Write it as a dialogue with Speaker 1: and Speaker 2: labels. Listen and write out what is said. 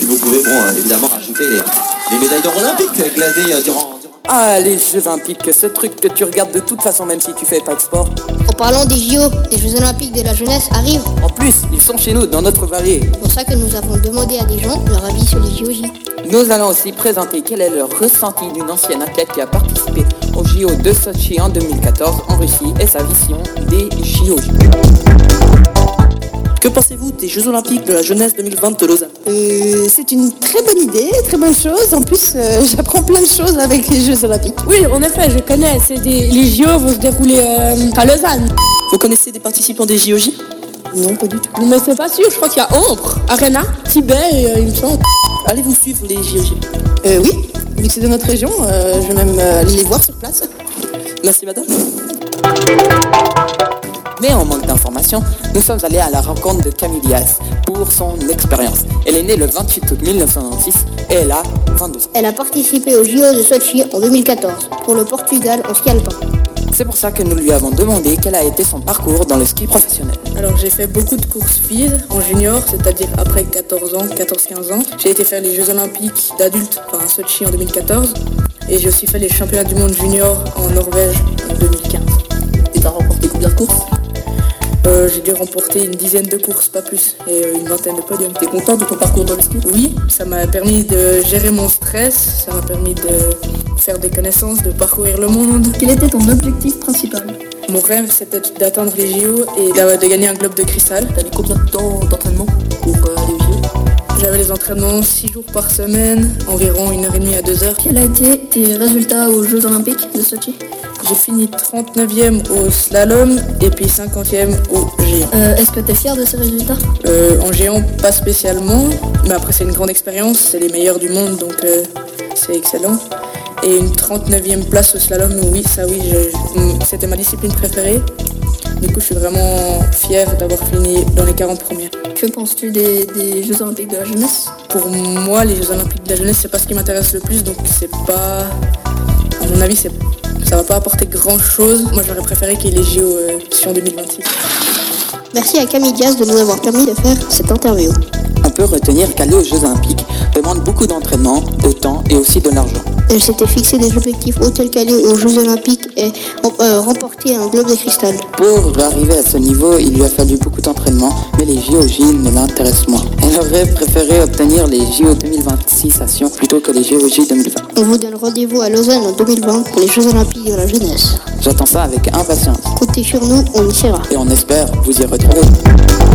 Speaker 1: Et vous pouvez, bon, euh, évidemment, rajouter les, les médailles d'or olympiques euh, glasées euh, durant. durant-
Speaker 2: Ah, les Jeux Olympiques, ce truc que tu regardes de toute façon, même si tu fais pas de sport.
Speaker 3: En parlant des JO, les Jeux Olympiques de la jeunesse arrivent.
Speaker 2: En plus, ils sont chez nous, dans notre vallée.
Speaker 3: C'est pour ça que nous avons demandé à des gens leur avis sur les JOJ.
Speaker 2: Nous allons aussi présenter quel est le ressenti d'une ancienne athlète qui a participé aux JO de Sochi en 2014 en Russie et sa vision des JO.
Speaker 4: Que pensez-vous des Jeux Olympiques de la jeunesse 2020 de Lausanne
Speaker 5: Euh, c'est une très bonne idée, très bonne chose. En plus, euh, j'apprends plein de choses avec les Jeux Olympiques.
Speaker 6: Oui, en effet, je connais. C'est des, les JO vont se dérouler euh, à Lausanne.
Speaker 4: Vous connaissez des participants des JOJ
Speaker 5: Non, pas du tout.
Speaker 6: Mais c'est pas sûr, je crois qu'il y a Ombre, Arena, Tibet, et, euh, il me semble.
Speaker 4: Allez-vous suivre les JOJ
Speaker 5: Euh, oui, vu que c'est de notre région, euh, je vais même euh, aller les voir sur place.
Speaker 4: Merci madame.
Speaker 2: Mais en manque d'informations, nous sommes allés à la rencontre de Camille Diaz pour son expérience. Elle est née le 28 août 1996 et elle a 22 ans.
Speaker 3: Elle a participé aux JO de Sochi en 2014 pour le Portugal en ski alpin.
Speaker 2: C'est pour ça que nous lui avons demandé quel a été son parcours dans le ski professionnel.
Speaker 7: Alors j'ai fait beaucoup de courses speed en junior, c'est-à-dire après 14 ans, 14-15 ans. J'ai été faire les Jeux Olympiques d'adultes, enfin à Sochi en 2014. Et j'ai aussi fait les championnats du monde junior en Norvège en 2015.
Speaker 4: Et t'as remporté combien de courses
Speaker 7: Euh, j'ai dû remporter une dizaine de courses, pas plus, et euh, une vingtaine de podiums.
Speaker 4: T'es content de ton parcours dans le ski
Speaker 7: Oui, ça m'a permis de gérer mon stress, ça m'a permis de faire des connaissances, de parcourir le monde.
Speaker 8: Quel était ton objectif principal
Speaker 7: Mon rêve c'était d'atteindre les JO et d'a- de gagner un globe de cristal.
Speaker 4: T'as mis combien de temps d'entraînement pour euh, aller aux JO
Speaker 7: J'avais les entraînements 6 jours par semaine, environ 1h30 à 2h.
Speaker 8: Quels a été tes résultats aux Jeux Olympiques de Sochi
Speaker 7: J'ai fini 39e au slalom et puis 50e au géant.
Speaker 8: Euh, Est-ce que tu es fier de ces résultats
Speaker 7: Euh, en géant, pas spécialement, mais après c'est une grande expérience, c'est les meilleurs du monde, donc euh, c'est excellent. Et une 39e place au slalom, oui, ça oui, je- c'était ma discipline préférée. Du coup, je suis vraiment fière d'avoir fini dans les 40 premières.
Speaker 8: Que penses-tu des, des Jeux Olympiques de la jeunesse
Speaker 7: Pour moi, les Jeux Olympiques de la jeunesse, c'est pas ce qui m'intéresse le plus, donc c'est pas. À mon avis, c'est- ça va pas apporter grand chose. Moi, j'aurais préféré qu'il y ait les JO euh, qui sont en 2026.
Speaker 3: Merci à Camille Diaz de nous avoir permis de faire cette interview.
Speaker 2: On peut retenir qu'aller aux Jeux Olympiques demande beaucoup d'entraînement, de temps et aussi de l'argent.
Speaker 3: Elle s'était fixé des objectifs auxquels qu'aller aux Jeux Olympiques et euh, remporter un globe de cristal.
Speaker 2: Pour arriver à ce niveau, il lui a fallu beaucoup d'entraînement, mais les JOJ ne l'intéressent moins. Elle aurait préféré obtenir les JO 2026 à Sion plutôt que les JOJ 2020.
Speaker 3: On vous donne rendez-vous à Lausanne en 2020 pour les Jeux Olympiques de la jeunesse.
Speaker 2: J'attends ça avec impatience
Speaker 3: Comptez sur nous, on y sera.
Speaker 2: et on espère vous y retrouver.